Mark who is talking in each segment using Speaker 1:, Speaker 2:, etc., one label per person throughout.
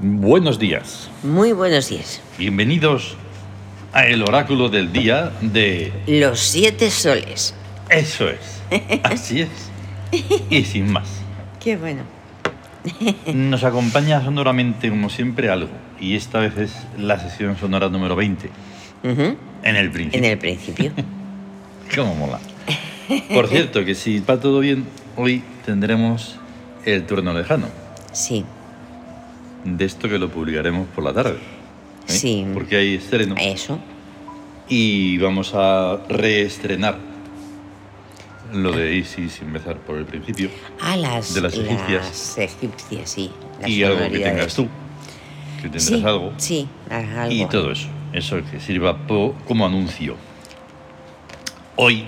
Speaker 1: buenos días.
Speaker 2: Muy buenos días.
Speaker 1: Bienvenidos a el oráculo del día de...
Speaker 2: Los siete soles.
Speaker 1: Eso es. Así es. Y sin más.
Speaker 2: Qué bueno.
Speaker 1: Nos acompaña sonoramente, como siempre, algo. Y esta vez es la sesión sonora número 20.
Speaker 2: Ujú,
Speaker 1: En el principio.
Speaker 2: En el principio.
Speaker 1: ¿Cómo mola? Por cierto, que si va todo bien, hoy tendremos el turno lejano.
Speaker 2: Sí.
Speaker 1: De esto que lo publicaremos por la tarde. ¿eh?
Speaker 2: Sí.
Speaker 1: Porque hay estreno.
Speaker 2: Eso.
Speaker 1: Y vamos a reestrenar lo de Isis, empezar por el principio.
Speaker 2: A Ah, las,
Speaker 1: De las egipcias.
Speaker 2: las egipcias, sí. Las
Speaker 1: y algo que
Speaker 2: sonoridades.
Speaker 1: tengas tú. Que tendrás
Speaker 2: sí,
Speaker 1: algo.
Speaker 2: Sí, a- algo.
Speaker 1: Y todo eso. Eso que sirva po- como anuncio. Hoy,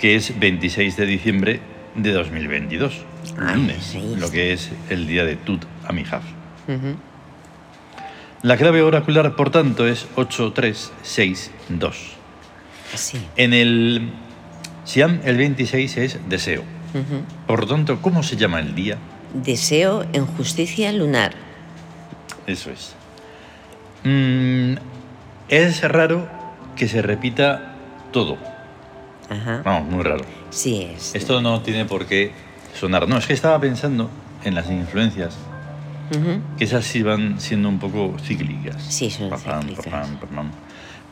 Speaker 1: que es 26 de diciembre de 2022.
Speaker 2: Ay,
Speaker 1: lunes,
Speaker 2: ahí
Speaker 1: lo
Speaker 2: está.
Speaker 1: que es el día de Tut Amihaf.
Speaker 2: Ujú.
Speaker 1: La clave oracular, por tanto, es 8362.
Speaker 2: Sí.
Speaker 1: En el Siam, el 26 es deseo.
Speaker 2: Ujú.
Speaker 1: Por lo tanto, ¿cómo se llama el día?
Speaker 2: Deseo en justicia lunar.
Speaker 1: Eso es. Mm, es raro que se repita todo.
Speaker 2: Ajá.
Speaker 1: Vamos, muy raro.
Speaker 2: Sí es.
Speaker 1: Esto no tiene por qué sonar. No, es que estaba pensando en las influencias,
Speaker 2: Ujú.
Speaker 1: que esas sí van siendo un poco cíclicas.
Speaker 2: Sí, son
Speaker 1: Pa, pam, pa,
Speaker 2: cíclicas.
Speaker 1: pam, pa, pam.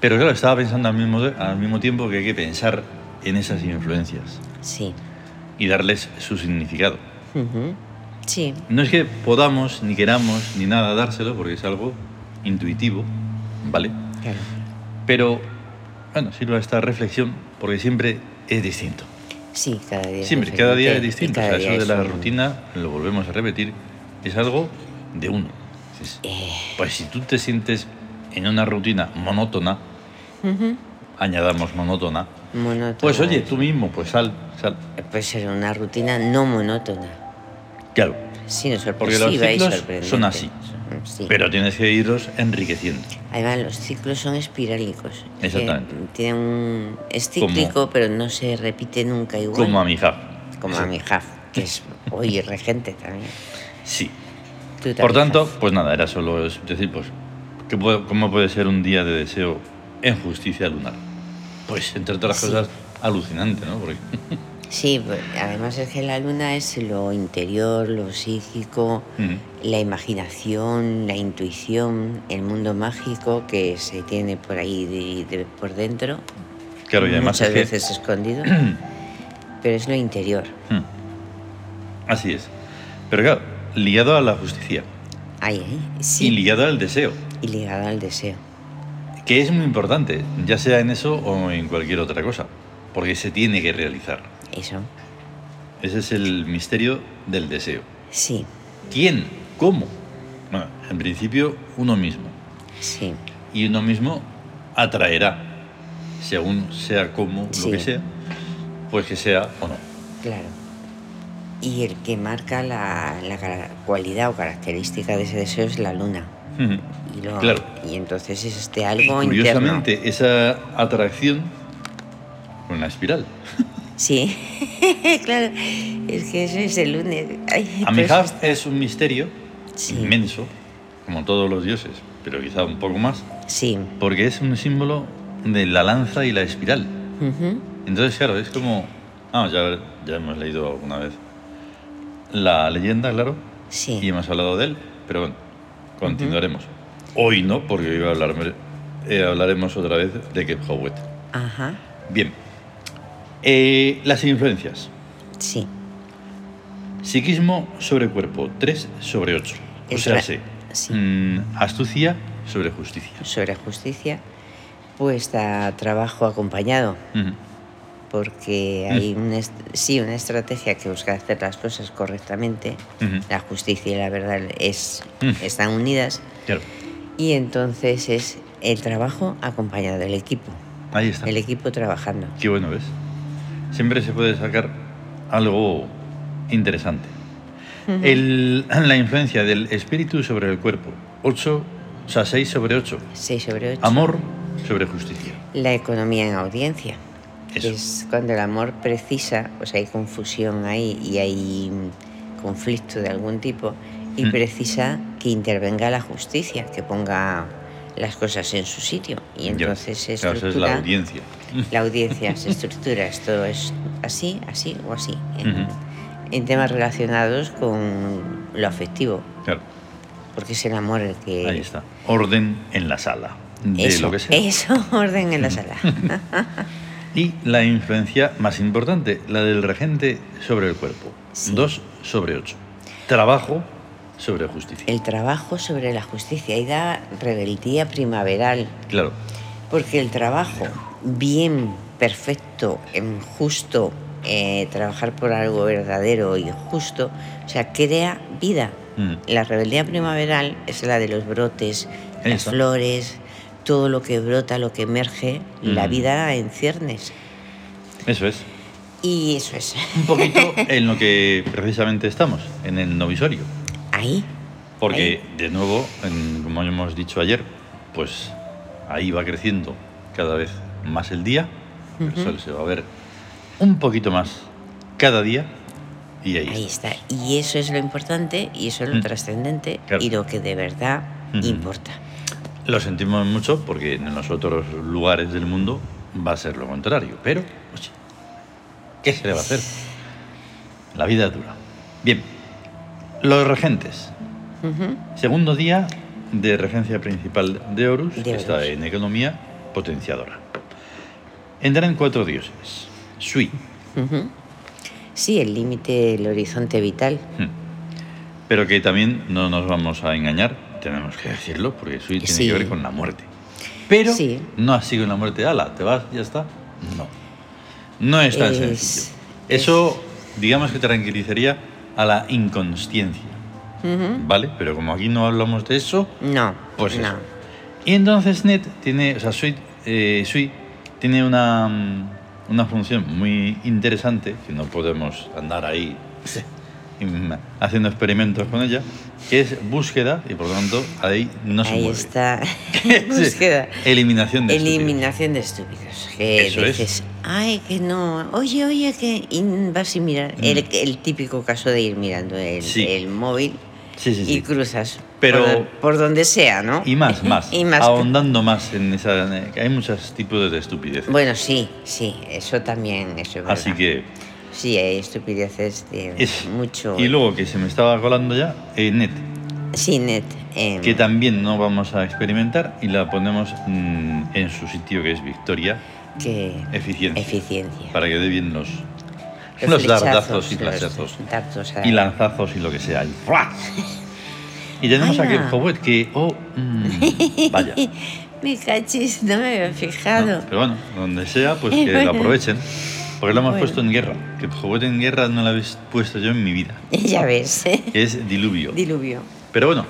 Speaker 1: Pero claro, estaba pensando al mismo, al mismo tiempo que hay que pensar en esas influencias
Speaker 2: Sí.
Speaker 1: y darles su significado.
Speaker 2: Ujú. Sí.
Speaker 1: No es que podamos, ni queramos, ni nada dárselo, porque es algo intuitivo, ¿vale?
Speaker 2: Claro.
Speaker 1: Pero, bueno, sirva esta reflexión, porque siempre es distinto.
Speaker 2: Sí, cada día. es
Speaker 1: Siempre, cada día es
Speaker 2: diferente y
Speaker 1: distinto. O
Speaker 2: cada
Speaker 1: sea,
Speaker 2: día
Speaker 1: eso de
Speaker 2: es
Speaker 1: la
Speaker 2: un-
Speaker 1: rutina, lo volvemos a repetir, es algo de uno. Dices,
Speaker 2: Eh,
Speaker 1: Pues si tú te sientes en una rutina monótona,
Speaker 2: ujú.
Speaker 1: añadamos monótona,
Speaker 2: Monótona.
Speaker 1: pues oye, tú mismo, pues sal, sal.
Speaker 2: Puede ser Pues, una rutina no monótona,
Speaker 1: Claro,
Speaker 2: sino
Speaker 1: porque los
Speaker 2: sorpresiva y
Speaker 1: ciclos
Speaker 2: sorprendente.
Speaker 1: son así,
Speaker 2: Sí.
Speaker 1: pero tienes que irlos enriqueciendo.
Speaker 2: Además, los ciclos son espirálicos. que
Speaker 1: Exactamente.
Speaker 2: Tienen un... Es cíclico, pero no se repite nunca igual.
Speaker 1: Como a mi hija.
Speaker 2: Como a mi Jaf, que es hoy regente también.
Speaker 1: Sí.
Speaker 2: Tú
Speaker 1: Por
Speaker 2: también,
Speaker 1: tanto,
Speaker 2: Jaf.
Speaker 1: pues nada, era solo es decir, pues, ¿qué puede- ¿cómo puede ser un día de deseo en justicia lunar? Pues, entre otras
Speaker 2: Sí.
Speaker 1: cosas, alucinante, ¿no? Porque
Speaker 2: Sí, pues, además es que la luna es lo interior, lo psíquico,
Speaker 1: Ujú.
Speaker 2: la imaginación, la intuición, el mundo mágico que se tiene por ahí de- de- por dentro.
Speaker 1: Claro, y además
Speaker 2: muchas
Speaker 1: es que-
Speaker 2: veces escondido, pero es lo interior.
Speaker 1: Hmm. Así es. Pero claro, ligado a la justicia
Speaker 2: Ahí, ahí,
Speaker 1: y
Speaker 2: sí,
Speaker 1: ligado al deseo,
Speaker 2: y ligado al deseo.
Speaker 1: que es muy importante, ya sea en eso o en cualquier otra cosa, porque se tiene que realizar.
Speaker 2: Eso,
Speaker 1: Ese es el misterio del deseo.
Speaker 2: sí,
Speaker 1: ¿Quién? ¿Cómo? Bueno, en principio, uno mismo.
Speaker 2: sí,
Speaker 1: y uno mismo atraerá, según sea como
Speaker 2: Sí.
Speaker 1: lo que sea, pues que sea o no.
Speaker 2: claro. Y el que marca la, la cara- cualidad o característica de ese deseo es la luna.
Speaker 1: Ujú.
Speaker 2: Y lo-
Speaker 1: Claro.
Speaker 2: Y entonces es este
Speaker 1: Y
Speaker 2: algo
Speaker 1: curiosamente,
Speaker 2: interno.
Speaker 1: esa atracción con la espiral.
Speaker 2: Sí, claro. Es que eso es el lunes. Ay, pues,
Speaker 1: A mi
Speaker 2: pero
Speaker 1: haz es un misterio
Speaker 2: Sí.
Speaker 1: inmenso, como todos los dioses, pero quizá un poco más,
Speaker 2: eso- Sí.
Speaker 1: porque es un símbolo de la lanza y la espiral.
Speaker 2: ujú,
Speaker 1: Entonces, claro, es como. Ah, ya, ya hemos leído alguna vez la leyenda, claro, y
Speaker 2: Sí.
Speaker 1: hemos hablado de él, pero bueno, continuaremos. Hoy no, porque hoy va a hablarme- eh, hablaremos otra vez de Kev Howitt.
Speaker 2: Ajá.
Speaker 1: Bien, Eh, las influencias.
Speaker 2: Sí.
Speaker 1: Psiquismo sobre cuerpo, 3 sobre 8. O
Speaker 2: Es
Speaker 1: sea,
Speaker 2: ra-
Speaker 1: sí.
Speaker 2: sí.
Speaker 1: Mm, astucia sobre justicia.
Speaker 2: Sobre justicia, pues da trabajo acompañado.
Speaker 1: Ujú.
Speaker 2: porque hay una, est- sí una estrategia que busca hacer las cosas correctamente.
Speaker 1: Ujú.
Speaker 2: La justicia y la verdad es,
Speaker 1: Mm.
Speaker 2: están unidas
Speaker 1: Claro,
Speaker 2: y entonces es el trabajo acompañado del equipo,
Speaker 1: ahí está.
Speaker 2: el equipo trabajando.
Speaker 1: Qué bueno es. Siempre se puede sacar algo interesante. El- la influencia del espíritu sobre el cuerpo. 8, o sea, 6 sobre 8.
Speaker 2: 6 sobre 8.
Speaker 1: Amor sobre justicia.
Speaker 2: La economía en audiencia. que
Speaker 1: Eso.
Speaker 2: Es cuando el amor precisa, o sea, hay confusión ahí y hay mm, conflicto de algún tipo y
Speaker 1: Mm.
Speaker 2: precisa que intervenga la justicia, que ponga las cosas en su sitio. Y
Speaker 1: Ya,
Speaker 2: entonces se
Speaker 1: claro, esa
Speaker 2: estructura...
Speaker 1: es la audiencia.
Speaker 2: la audiencia se estructura, esto es así, así o así, en,
Speaker 1: Ujú.
Speaker 2: en temas relacionados con lo afectivo,
Speaker 1: Claro,
Speaker 2: porque es el amor el que...
Speaker 1: ahí está. Orden en la sala, de
Speaker 2: Eso, Eh.
Speaker 1: lo que sea.
Speaker 2: eso, orden en la sala.
Speaker 1: Y la influencia más importante, la del regente sobre el cuerpo.
Speaker 2: Sí.
Speaker 1: 2 sobre 8. Trabajo sobre justicia.
Speaker 2: El trabajo sobre la justicia y da rebeldía primaveral,
Speaker 1: Claro,
Speaker 2: porque el trabajo bien, perfecto, em, justo, eh, trabajar por algo verdadero y justo, o sea, crea vida.
Speaker 1: Mm.
Speaker 2: La rebeldía primaveral es la de los brotes,
Speaker 1: Ahí
Speaker 2: las
Speaker 1: está.
Speaker 2: flores, todo lo que brota, lo que emerge, la
Speaker 1: Mm.
Speaker 2: vida en ciernes.
Speaker 1: eso es.
Speaker 2: Y eso es.
Speaker 1: Un poquito en lo que precisamente estamos, en el novisorio.
Speaker 2: Ahí.
Speaker 1: Porque, de nuevo, en- como hemos dicho ayer, pues ahí va creciendo cada vez más el día, el
Speaker 2: Ujú.
Speaker 1: sol se va a ver un poquito más cada día y ahí,
Speaker 2: Ahí está. Y eso es lo importante y eso es lo
Speaker 1: Mm.
Speaker 2: trascendente
Speaker 1: Claro. Mm-hmm.
Speaker 2: y lo que de verdad
Speaker 1: Ujú.
Speaker 2: importa.
Speaker 1: Lo sentimos mucho porque en los otros lugares del mundo va a ser lo contrario, pero, oye, ¿qué se le va a hacer? La vida es dura. Bien, los regentes.
Speaker 2: Ujú.
Speaker 1: Segundo día de regencia principal de Horus,
Speaker 2: De
Speaker 1: que está
Speaker 2: Horus.
Speaker 1: en economía potenciadora. Entran cuatro dioses. Sui,
Speaker 2: Ujú. Sí, el límite, el horizonte vital.
Speaker 1: Hmm. pero que también no nos vamos a engañar, tenemos que decirlo, porque Sui tiene
Speaker 2: Sí.
Speaker 1: que ver con la muerte. Pero
Speaker 2: Sí.
Speaker 1: no ha sido la muerte, ala, te vas, ya está. No. No es tan
Speaker 2: Es-
Speaker 1: sencillo. Eso, digamos que tranquilizaría a la inconsciencia,
Speaker 2: Ujú.
Speaker 1: ¿vale? Pero como aquí no hablamos de eso,
Speaker 2: No,
Speaker 1: Mm-hmm. Pues eso.
Speaker 2: no.
Speaker 1: Y entonces Net tiene, o sea, Sui, eh, Sui tiene una, mm, una función muy interesante, que no podemos andar ahí mm, haciendo experimentos con ella, que es búsqueda, y por lo tanto ahí no se
Speaker 2: Ahí
Speaker 1: mueve.
Speaker 2: está.
Speaker 1: Es
Speaker 2: Búsqueda.
Speaker 1: Eliminación de estúpidos.
Speaker 2: Eliminación de estúpidos. Que
Speaker 1: Eso es.
Speaker 2: dices, ay, que no. Oye, oye, que y vas y mirar. El, el típico caso de ir mirando el,
Speaker 1: Mm. Sí.
Speaker 2: el móvil
Speaker 1: Sí, sí,
Speaker 2: y
Speaker 1: sí.
Speaker 2: cruzas. por
Speaker 1: Pero-
Speaker 2: don- por, donde sea, ¿no?
Speaker 1: Y más, más.
Speaker 2: Y más.
Speaker 1: Ahondando más en esa... eh, que Hay muchos tipos de estupidez.
Speaker 2: Bueno, sí, sí, eso también, eso es
Speaker 1: Así
Speaker 2: verdad.
Speaker 1: que...
Speaker 2: Sí, hay estupideces de
Speaker 1: Es,
Speaker 2: mucho.
Speaker 1: Y luego que se me estaba colando ya, eh, Net.
Speaker 2: Sí, net. em,
Speaker 1: que también no vamos a experimentar y la ponemos mm, en su sitio que es Victoria
Speaker 2: que-
Speaker 1: Eficiencia.
Speaker 2: eficiencia.
Speaker 1: para que dé bien los,
Speaker 2: Los
Speaker 1: los
Speaker 2: flechazos,
Speaker 1: dardazos y
Speaker 2: los
Speaker 1: flashazos
Speaker 2: dardos a-
Speaker 1: y lanzazos y lo que sea. Y, ¡fua! Y tenemos
Speaker 2: Vaya.
Speaker 1: aquí el Howard que, oh, mm, vaya. ¿no?
Speaker 2: Me cachis, no me había fijado.
Speaker 1: Pero bueno, donde sea, pues que lo aprovechen. Porque lo hemos
Speaker 2: Bueno.
Speaker 1: puesto en guerra. Que Howard en guerra no lo habéis puesto yo en mi vida.
Speaker 2: Ya ves, ¿eh?
Speaker 1: Que es diluvio.
Speaker 2: diluvio.
Speaker 1: Pero bueno,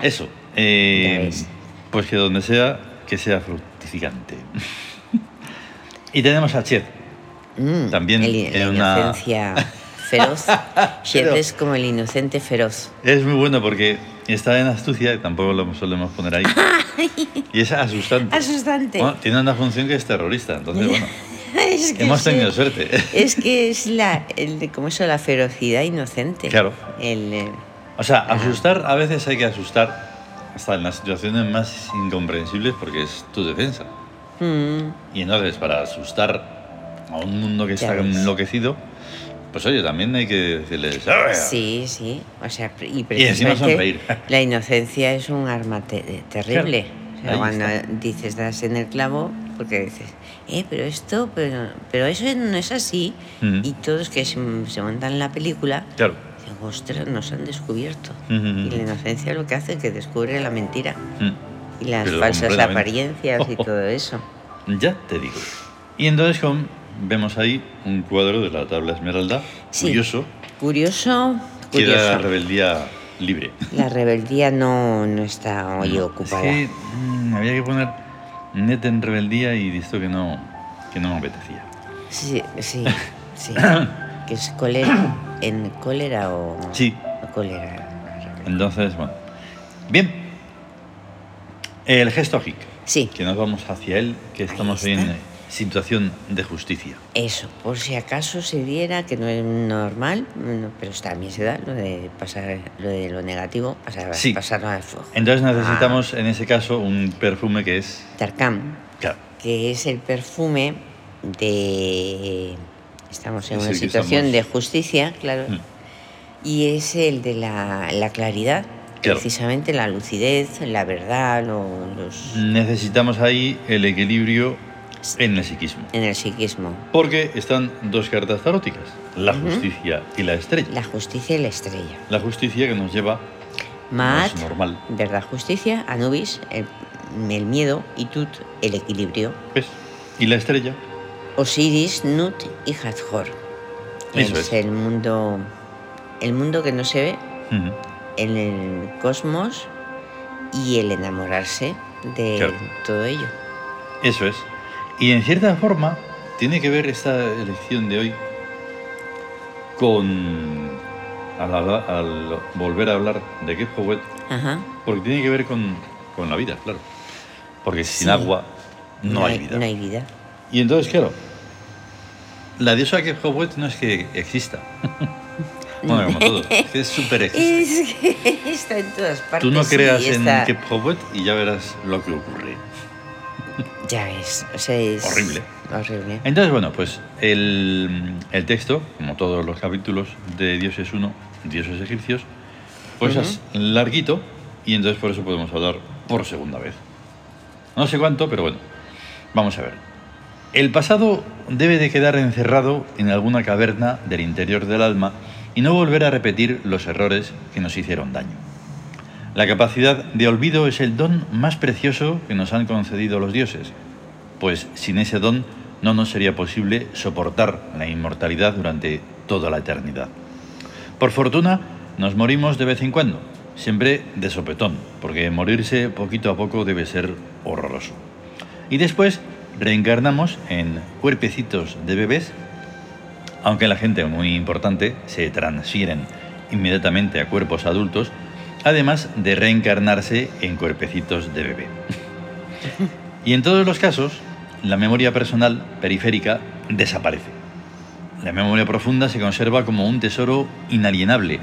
Speaker 1: eso. eh,
Speaker 2: Ya ves.
Speaker 1: pues que donde sea, que sea fructificante. y tenemos a Chet.
Speaker 2: Mm,
Speaker 1: También
Speaker 2: el- la
Speaker 1: en una-
Speaker 2: inocencia feroz. Siempre
Speaker 1: Pero-
Speaker 2: es como el inocente feroz.
Speaker 1: Es muy bueno porque está en astucia, que tampoco lo solemos poner ahí. y es asustante.
Speaker 2: Asustante.
Speaker 1: Bueno, tiene una función que es terrorista, entonces bueno,
Speaker 2: es que
Speaker 1: hemos
Speaker 2: sí.
Speaker 1: tenido suerte.
Speaker 2: Es que es la, el, como eso, la ferocidad inocente.
Speaker 1: Claro.
Speaker 2: El, eh,
Speaker 1: o sea, asustar, a veces hay que asustar, hasta en las situaciones más incomprensibles porque es tu defensa.
Speaker 2: mm,
Speaker 1: Y entonces, para asustar a un mundo que
Speaker 2: Ya
Speaker 1: está
Speaker 2: ves.
Speaker 1: enloquecido, pues oye, también hay que decirles. "Oiga".
Speaker 2: sí, sí. O sea, pre- y
Speaker 1: Y encima sonreír.
Speaker 2: precisamente la inocencia es un arma te- terrible. O sea,
Speaker 1: Ahí
Speaker 2: cuando
Speaker 1: está.
Speaker 2: dices, das en el clavo, porque dices, eh, pero esto, pero, pero eso no es así.
Speaker 1: Ujú.
Speaker 2: Y todos que se, se montan la película,
Speaker 1: Claro.
Speaker 2: dicen, ostras, nos han descubierto.
Speaker 1: Ujú,
Speaker 2: Y la
Speaker 1: ujú.
Speaker 2: inocencia lo que hace es que descubre la mentira
Speaker 1: Mm.
Speaker 2: y las
Speaker 1: Pero
Speaker 2: falsas
Speaker 1: completamente.
Speaker 2: apariencias y todo eso.
Speaker 1: Ya te digo. Y entonces con- vemos ahí un cuadro de la tabla esmeralda,
Speaker 2: Sí.
Speaker 1: curioso,
Speaker 2: Curioso,
Speaker 1: que era
Speaker 2: curioso.
Speaker 1: rebeldía libre.
Speaker 2: La rebeldía no, no está hoy
Speaker 1: No,
Speaker 2: ocupada.
Speaker 1: Es que mm, había que poner net en rebeldía y visto que no, que no me apetecía.
Speaker 2: Sí, sí, sí. que es cólera. ¿En cólera o.?
Speaker 1: Sí.
Speaker 2: o cólera.
Speaker 1: Entonces, bueno. Bien. El gesto hic.
Speaker 2: Sí.
Speaker 1: que nos vamos hacia él, que estamos
Speaker 2: Ahí
Speaker 1: en,
Speaker 2: está.
Speaker 1: eh, situación de justicia.
Speaker 2: Eso, por si acaso se diera, que no es normal, no, pero también se da lo de pasar lo de lo negativo, pasar,
Speaker 1: Sí.
Speaker 2: pasarlo al fuego.
Speaker 1: Entonces necesitamos, en ese caso, un perfume que es...
Speaker 2: Tarkam,
Speaker 1: Claro,
Speaker 2: que es el perfume de... Estamos en
Speaker 1: Es
Speaker 2: una
Speaker 1: el que
Speaker 2: situación
Speaker 1: usamos.
Speaker 2: de justicia, claro.
Speaker 1: Mm.
Speaker 2: Y es el de la, la claridad,
Speaker 1: Claro.
Speaker 2: precisamente la lucidez, la verdad, lo- los,
Speaker 1: Mm. necesitamos ahí el equilibrio en el psiquismo.
Speaker 2: en el psiquismo.
Speaker 1: Porque están dos cartas taróticas, la
Speaker 2: Ujú.
Speaker 1: justicia y la estrella.
Speaker 2: La justicia y la estrella.
Speaker 1: La justicia que nos lleva, no
Speaker 2: Maat,
Speaker 1: es normal,
Speaker 2: verdad, justicia, Anubis, el, el miedo, y Tut, el equilibrio.
Speaker 1: ¿ves? pues, Y la estrella,
Speaker 2: Osiris, Nut y Hathor.
Speaker 1: Eso
Speaker 2: es
Speaker 1: es.
Speaker 2: el mundo, el mundo que no se ve,
Speaker 1: ujú,
Speaker 2: en el cosmos y el enamorarse de
Speaker 1: Claro.
Speaker 2: todo ello.
Speaker 1: eso es. Y en cierta forma, tiene que ver esta elección de hoy con... Al, habla- al volver a hablar de Kev Howet,
Speaker 2: Ajá.
Speaker 1: porque tiene que ver con, con la vida, claro. Porque sin
Speaker 2: Sí.
Speaker 1: agua no, hay vida.
Speaker 2: No hay vida.
Speaker 1: Y entonces, claro, la diosa que Howet no es que exista. bueno, como todo, es que es súper existe.
Speaker 2: Es que está en todas partes.
Speaker 1: Tú no
Speaker 2: sí,
Speaker 1: creas en
Speaker 2: está-
Speaker 1: Kep Howet y ya verás lo que ocurre.
Speaker 2: Ya ves, o sea, es
Speaker 1: Horrible.
Speaker 2: Horrible.
Speaker 1: Entonces, bueno, pues el, el texto, como todos los capítulos de Dioses 1, Dioses egipcios, pues
Speaker 2: Ujú.
Speaker 1: es larguito y entonces por eso podemos hablar por segunda vez. No sé cuánto, pero bueno, vamos a ver. El pasado debe de quedar encerrado en alguna caverna del interior del alma y no volver a repetir los errores que nos hicieron daño. La capacidad de olvido es el don más precioso que nos han concedido los dioses, pues sin ese don no nos sería posible soportar la inmortalidad durante toda la eternidad. Por fortuna, nos morimos de vez en cuando, siempre de sopetón, porque morirse poquito a poco debe ser horroroso. Y después reencarnamos en cuerpecitos de bebés, aunque la gente muy importante se transfieren inmediatamente a cuerpos adultos, además de reencarnarse en cuerpecitos de bebé. Y en todos los casos, la memoria personal periférica desaparece. La memoria profunda se conserva como un tesoro inalienable,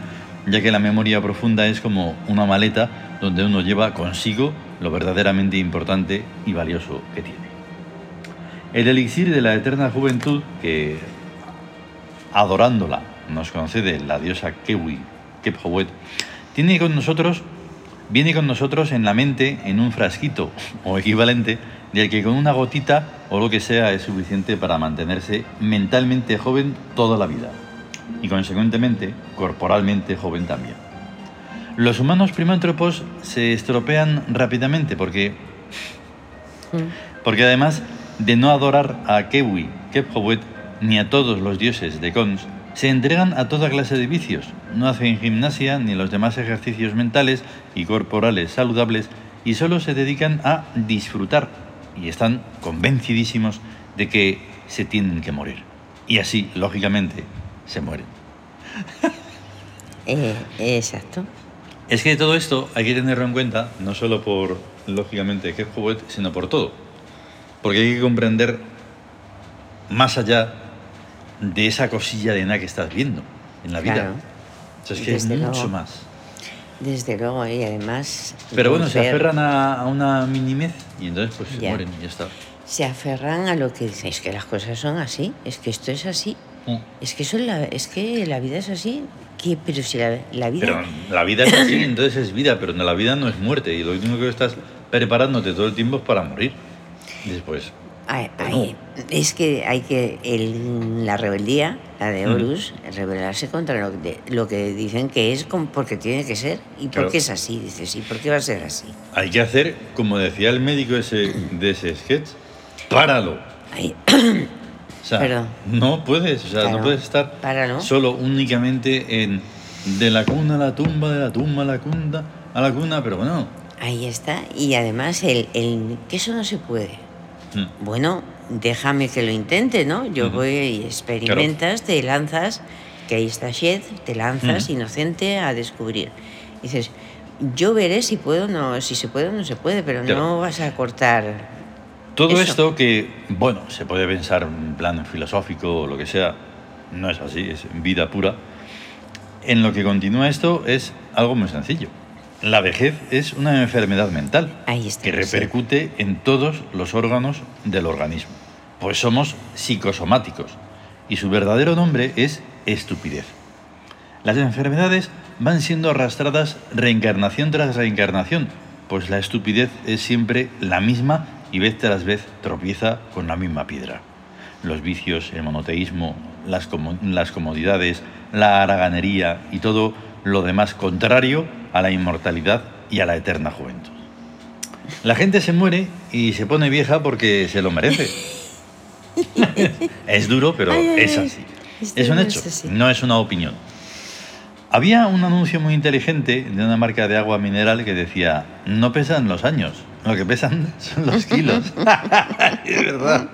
Speaker 1: ya que la memoria profunda es como una maleta donde uno lleva consigo lo verdaderamente importante y valioso que tiene. El elixir de la eterna juventud que, adorándola, nos concede la diosa Kewi, Kephowet, tiene con nosotros, viene con nosotros en la mente en un frasquito o equivalente del que con una gotita o lo que sea es suficiente para mantenerse mentalmente joven toda la vida y consecuentemente corporalmente joven también. Los humanos primántropos se estropean rápidamente porque, ¿Eh?
Speaker 2: Mm.
Speaker 1: porque además de no adorar a Kewi, Kephowet ni a todos los dioses de Cons, se entregan a toda clase de vicios. No hacen gimnasia ni los demás ejercicios mentales y corporales saludables y solo se dedican a disfrutar y están convencidísimos de que se tienen que morir. Y así, lógicamente, se mueren.
Speaker 2: Eh, exacto.
Speaker 1: Es que todo esto hay que tenerlo en cuenta, no solo por, lógicamente, que es Hubert, sino por todo. Porque hay que comprender más allá de esa cosilla de nada que estás viendo en la vida.
Speaker 2: Claro.
Speaker 1: O sea, es que es
Speaker 2: Desde
Speaker 1: mucho
Speaker 2: luego.
Speaker 1: más.
Speaker 2: Desde luego, y además.
Speaker 1: Pero bueno, se
Speaker 2: volver-
Speaker 1: aferran a, a una minimez y entonces pues se
Speaker 2: Ya.
Speaker 1: mueren y ya está.
Speaker 2: Se aferran a lo que dicen. Es que las cosas son así. Es que esto es así.
Speaker 1: Mm.
Speaker 2: Es que, eso es la, es que la vida es así. que Pero si la, la vida.
Speaker 1: Pero la vida es así, entonces es vida, pero no, la vida no es muerte. Y lo único que estás preparándote todo el tiempo es para morir. Y después,
Speaker 2: Ay,
Speaker 1: Pues
Speaker 2: ay, es que hay que. el- la rebeldía, la de
Speaker 1: Mm.
Speaker 2: Horus, rebelarse contra lo, de- lo que dicen que es con- porque tiene que ser y
Speaker 1: Claro.
Speaker 2: porque es así. Dices, ¿y por qué va a ser así?
Speaker 1: Hay que hacer, como decía el médico ese, de ese sketch, páralo.
Speaker 2: Ay,
Speaker 1: O sea,
Speaker 2: Perdón.
Speaker 1: no puedes, o sea,
Speaker 2: Claro,
Speaker 1: no puedes estar
Speaker 2: páralo.
Speaker 1: solo únicamente en de la cuna a la tumba, de la tumba a la cuna, a la cuna, pero bueno.
Speaker 2: ahí está. Y además, el, el que eso no se puede.
Speaker 1: Mm.
Speaker 2: Bueno, déjame que lo intente, ¿no? Yo
Speaker 1: Ujú.
Speaker 2: voy y experimentas, te lanzas, que ahí está Shed, te lanzas
Speaker 1: Ujú.
Speaker 2: inocente a descubrir. Dices, yo veré si puedo, no, si se puede o no se puede, pero
Speaker 1: Claro.
Speaker 2: no vas a cortar
Speaker 1: Todo
Speaker 2: Eso.
Speaker 1: esto que, bueno, se puede pensar en plan filosófico o lo que sea, no es así, es vida pura. En lo que continúa esto es algo muy sencillo. La vejez es una enfermedad mental
Speaker 2: Ahí está,
Speaker 1: que
Speaker 2: sí.
Speaker 1: repercute en todos los órganos del organismo. Pues somos psicosomáticos y su verdadero nombre es estupidez. Las enfermedades van siendo arrastradas reencarnación tras reencarnación, pues la estupidez es siempre la misma y vez tras vez tropieza con la misma piedra. Los vicios, el monoteísmo, las, comu- las comodidades, la haraganería y todo lo demás contrario a la inmortalidad y a la eterna juventud. La gente se muere y se pone vieja porque se lo merece. es duro, pero
Speaker 2: Ay, ay,
Speaker 1: es
Speaker 2: ay.
Speaker 1: así.
Speaker 2: Este
Speaker 1: Es un
Speaker 2: no
Speaker 1: hecho,
Speaker 2: es así.
Speaker 1: no es una opinión. Había un anuncio muy inteligente de una marca de agua mineral que decía, no pesan los años, lo que pesan son los kilos. es verdad.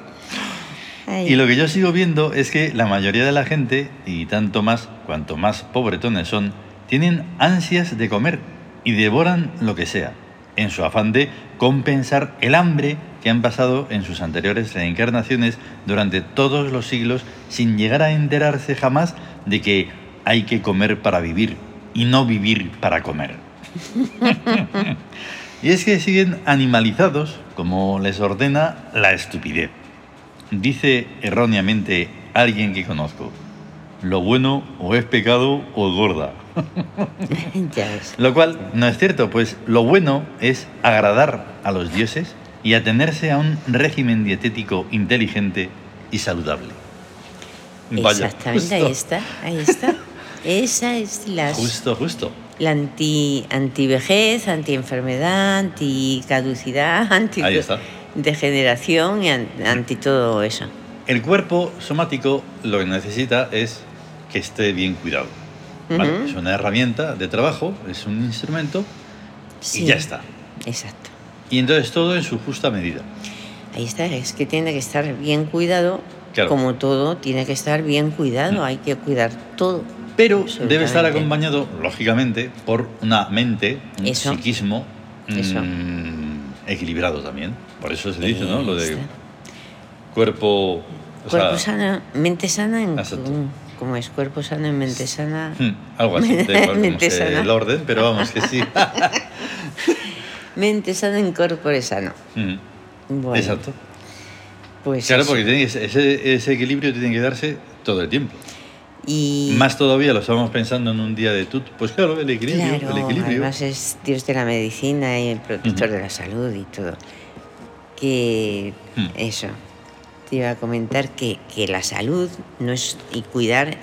Speaker 2: Ay,
Speaker 1: Y lo que yo sigo viendo es que la mayoría de la gente, y tanto más cuanto más pobretones son, tienen ansias de comer y devoran lo que sea, en su afán de compensar el hambre que han pasado en sus anteriores reencarnaciones durante todos los siglos sin llegar a enterarse jamás de que hay que comer para vivir y no vivir para comer. y es que siguen animalizados como les ordena la estupidez. Dice erróneamente alguien que conozco, lo bueno o es pecado o es gorda.
Speaker 2: ya ves.
Speaker 1: Lo cual no es cierto, pues lo bueno es agradar a los dioses y atenerse a un régimen dietético inteligente y saludable. Vaya,
Speaker 2: Exactamente,
Speaker 1: justo,
Speaker 2: ahí está, ahí está. Esa es la,
Speaker 1: Justo, justo.
Speaker 2: la anti, antivejez, antienfermedad, anticaducidad, anti
Speaker 1: Ahí está.
Speaker 2: degeneración y an- anti todo eso.
Speaker 1: El cuerpo somático lo que necesita es que esté bien cuidado. ¿vale?
Speaker 2: Ujú.
Speaker 1: Es una herramienta de trabajo, es un instrumento
Speaker 2: Sí,
Speaker 1: y ya está.
Speaker 2: Exacto.
Speaker 1: Y entonces todo en su justa medida.
Speaker 2: Ahí está, es que tiene que estar bien cuidado.
Speaker 1: Claro.
Speaker 2: Como todo, tiene que estar bien cuidado,
Speaker 1: Mm.
Speaker 2: hay que cuidar todo.
Speaker 1: Pero debe estar
Speaker 2: Absolutamente.
Speaker 1: acompañado, lógicamente, por una mente, un
Speaker 2: Eso.
Speaker 1: psiquismo mm,
Speaker 2: Eso.
Speaker 1: equilibrado también. Por eso se
Speaker 2: Ahí
Speaker 1: dice, ¿no? Lo de
Speaker 2: está.
Speaker 1: cuerpo. o
Speaker 2: Eh, este. Cuerpo
Speaker 1: sea,
Speaker 2: sana, mente sana, en,
Speaker 1: Exacto.
Speaker 2: como es cuerpo sano en mente sana.
Speaker 1: mm, algo así, da igual cómo
Speaker 2: Mente
Speaker 1: sea
Speaker 2: sana.
Speaker 1: el orden, pero vamos que sí.
Speaker 2: Mente sana en cuerpo sano.
Speaker 1: Mm,
Speaker 2: Bueno,
Speaker 1: Exacto.
Speaker 2: Pues
Speaker 1: claro,
Speaker 2: eso.
Speaker 1: porque tiene que- ese, ese equilibrio tiene que darse todo el tiempo.
Speaker 2: y
Speaker 1: Más todavía lo estamos pensando en un día de tut. Pues claro, el equilibrio,
Speaker 2: claro,
Speaker 1: el equilibrio.
Speaker 2: además es Dios de la medicina y el protector
Speaker 1: Ujú.
Speaker 2: de la salud y todo. Que
Speaker 1: Mm.
Speaker 2: eso. Te iba a comentar que, que la salud no es y cuidar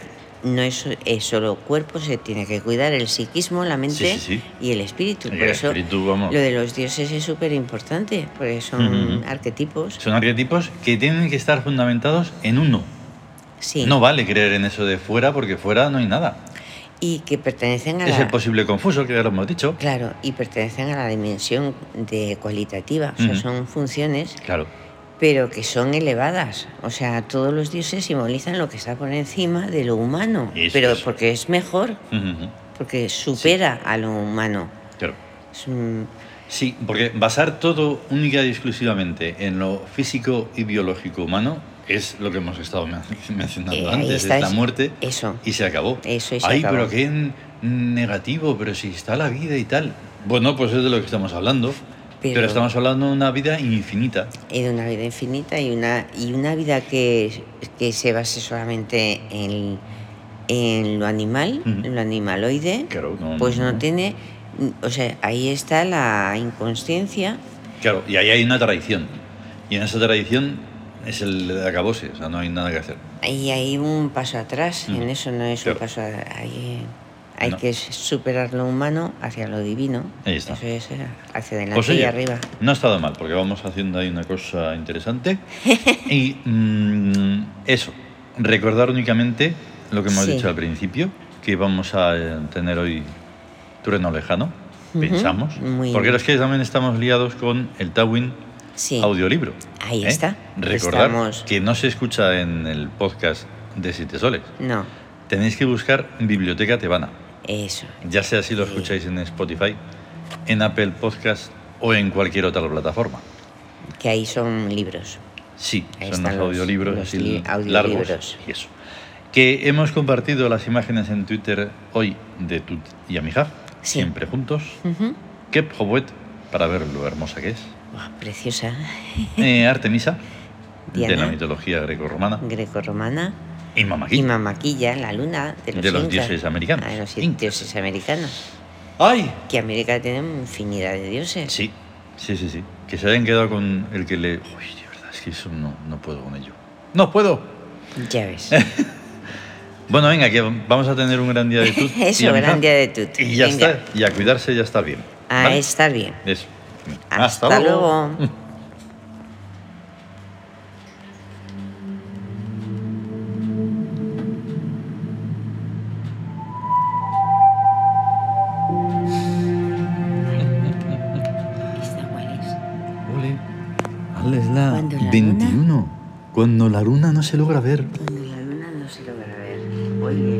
Speaker 2: no es, es solo cuerpo, se tiene que cuidar el psiquismo, la mente
Speaker 1: sí, sí.
Speaker 2: y el espíritu.
Speaker 1: Y el
Speaker 2: Por eso
Speaker 1: Eh, espíritu, vamos.
Speaker 2: lo de los dioses es súper importante, porque son
Speaker 1: Ujú.
Speaker 2: arquetipos.
Speaker 1: Son arquetipos que tienen que estar fundamentados en uno.
Speaker 2: Sí.
Speaker 1: No vale creer en eso de fuera porque fuera no hay nada.
Speaker 2: Y que pertenecen a
Speaker 1: Es
Speaker 2: la,
Speaker 1: el posible confuso que ya lo hemos dicho.
Speaker 2: Claro, y pertenecen a la dimensión de cualitativa, o sea,
Speaker 1: Ujú.
Speaker 2: son funciones,
Speaker 1: Claro.
Speaker 2: pero que son elevadas. O sea, todos los dioses simbolizan lo que está por encima de lo humano,
Speaker 1: Eso
Speaker 2: pero
Speaker 1: es.
Speaker 2: porque es mejor,
Speaker 1: Ujú, ujú.
Speaker 2: porque supera a lo humano.
Speaker 1: Claro.
Speaker 2: Es un-
Speaker 1: Sí, porque basar todo única y exclusivamente en lo físico y biológico humano es lo que hemos estado men- mencionando
Speaker 2: eh, ahí
Speaker 1: antes.
Speaker 2: está,
Speaker 1: Es la
Speaker 2: es-
Speaker 1: muerte
Speaker 2: Eso.
Speaker 1: y se acabó.
Speaker 2: Eso y se
Speaker 1: Ay,
Speaker 2: acabó.
Speaker 1: pero qué en- negativo, pero si está la vida y tal. Bueno, pues es de lo que estamos hablando. Pero,
Speaker 2: Pero-
Speaker 1: estamos hablando de una vida infinita.
Speaker 2: Y de una vida infinita y una, y una vida que, que se base solamente en, en lo animal,
Speaker 1: Ujú.
Speaker 2: en lo animaloide,
Speaker 1: Claro, no-
Speaker 2: pues
Speaker 1: no-
Speaker 2: no,
Speaker 1: no.
Speaker 2: tiene... O sea, ahí está la inconsciencia.
Speaker 1: Claro, y ahí hay una tradición. Y en esa tradición es el acabose, o sea, no hay nada que hacer.
Speaker 2: Ahí hay un paso atrás,
Speaker 1: Ujú.
Speaker 2: en eso no es
Speaker 1: Mm. Claro.
Speaker 2: un paso a- Hay, hay
Speaker 1: No.
Speaker 2: que superar lo humano hacia lo divino.
Speaker 1: Ahí está.
Speaker 2: Eso es eh, hacia adelante
Speaker 1: Pues oye,
Speaker 2: y arriba.
Speaker 1: no ha estado mal, porque vamos haciendo ahí una cosa interesante. y mm, eso, recordar únicamente lo que hemos
Speaker 2: Sí.
Speaker 1: dicho al principio, que vamos a eh, tener hoy Trueno Lejano,
Speaker 2: Ujú,
Speaker 1: pensamos.
Speaker 2: muy
Speaker 1: porque
Speaker 2: bien.
Speaker 1: los que también estamos liados con el Tawin
Speaker 2: Sí.
Speaker 1: audiolibro. ¿eh?
Speaker 2: Ahí está.
Speaker 1: Recordar
Speaker 2: Estamos-
Speaker 1: que no se escucha en el podcast de Siete Soles.
Speaker 2: No,
Speaker 1: Tenéis que buscar Biblioteca Tebana.
Speaker 2: eso.
Speaker 1: ya sea si lo escucháis en Spotify, en Apple Podcast o en cualquier otra plataforma.
Speaker 2: que ahí son libros.
Speaker 1: Sí,
Speaker 2: Ahí
Speaker 1: son los,
Speaker 2: están los-
Speaker 1: audiolibros
Speaker 2: los
Speaker 1: así
Speaker 2: li-
Speaker 1: largos
Speaker 2: audiolibros.
Speaker 1: y eso. Que hemos compartido las imágenes en Twitter hoy de Tut y Amija,
Speaker 2: Sí.
Speaker 1: siempre juntos.
Speaker 2: Ujú.
Speaker 1: Kep Howet, para ver lo hermosa que es.
Speaker 2: Buah, preciosa,
Speaker 1: Eh, Artemisa, de
Speaker 2: Diana.
Speaker 1: la mitología grecorromana.
Speaker 2: grecorromana.
Speaker 1: Y Mamaki.
Speaker 2: Y Mamaquilla, la luna de los,
Speaker 1: De los
Speaker 2: incas.
Speaker 1: dioses americanos.
Speaker 2: Ah, De los
Speaker 1: Incas.
Speaker 2: dioses americanos.
Speaker 1: ¡Ay!
Speaker 2: Que América tiene infinidad de dioses.
Speaker 1: Sí, sí, sí, sí. Que se hayan quedado con el que le... Uy, de verdad, es que eso no, no puedo con ello. ¡No puedo!
Speaker 2: Ya ves.
Speaker 1: Bueno, venga, que vamos a tener un gran día de Tut. y
Speaker 2: Eso,
Speaker 1: Amija.
Speaker 2: gran día de tut.
Speaker 1: Y ya
Speaker 2: Venga.
Speaker 1: está, y a cuidarse ya está bien.
Speaker 2: A
Speaker 1: ¿vale?
Speaker 2: estar bien.
Speaker 1: Eso.
Speaker 2: Hasta, luego.
Speaker 1: Ole, hazles la
Speaker 2: Cuando la
Speaker 1: 21. Cuando la luna no se logra ver.
Speaker 2: Cuando la luna no se logra ver, oye,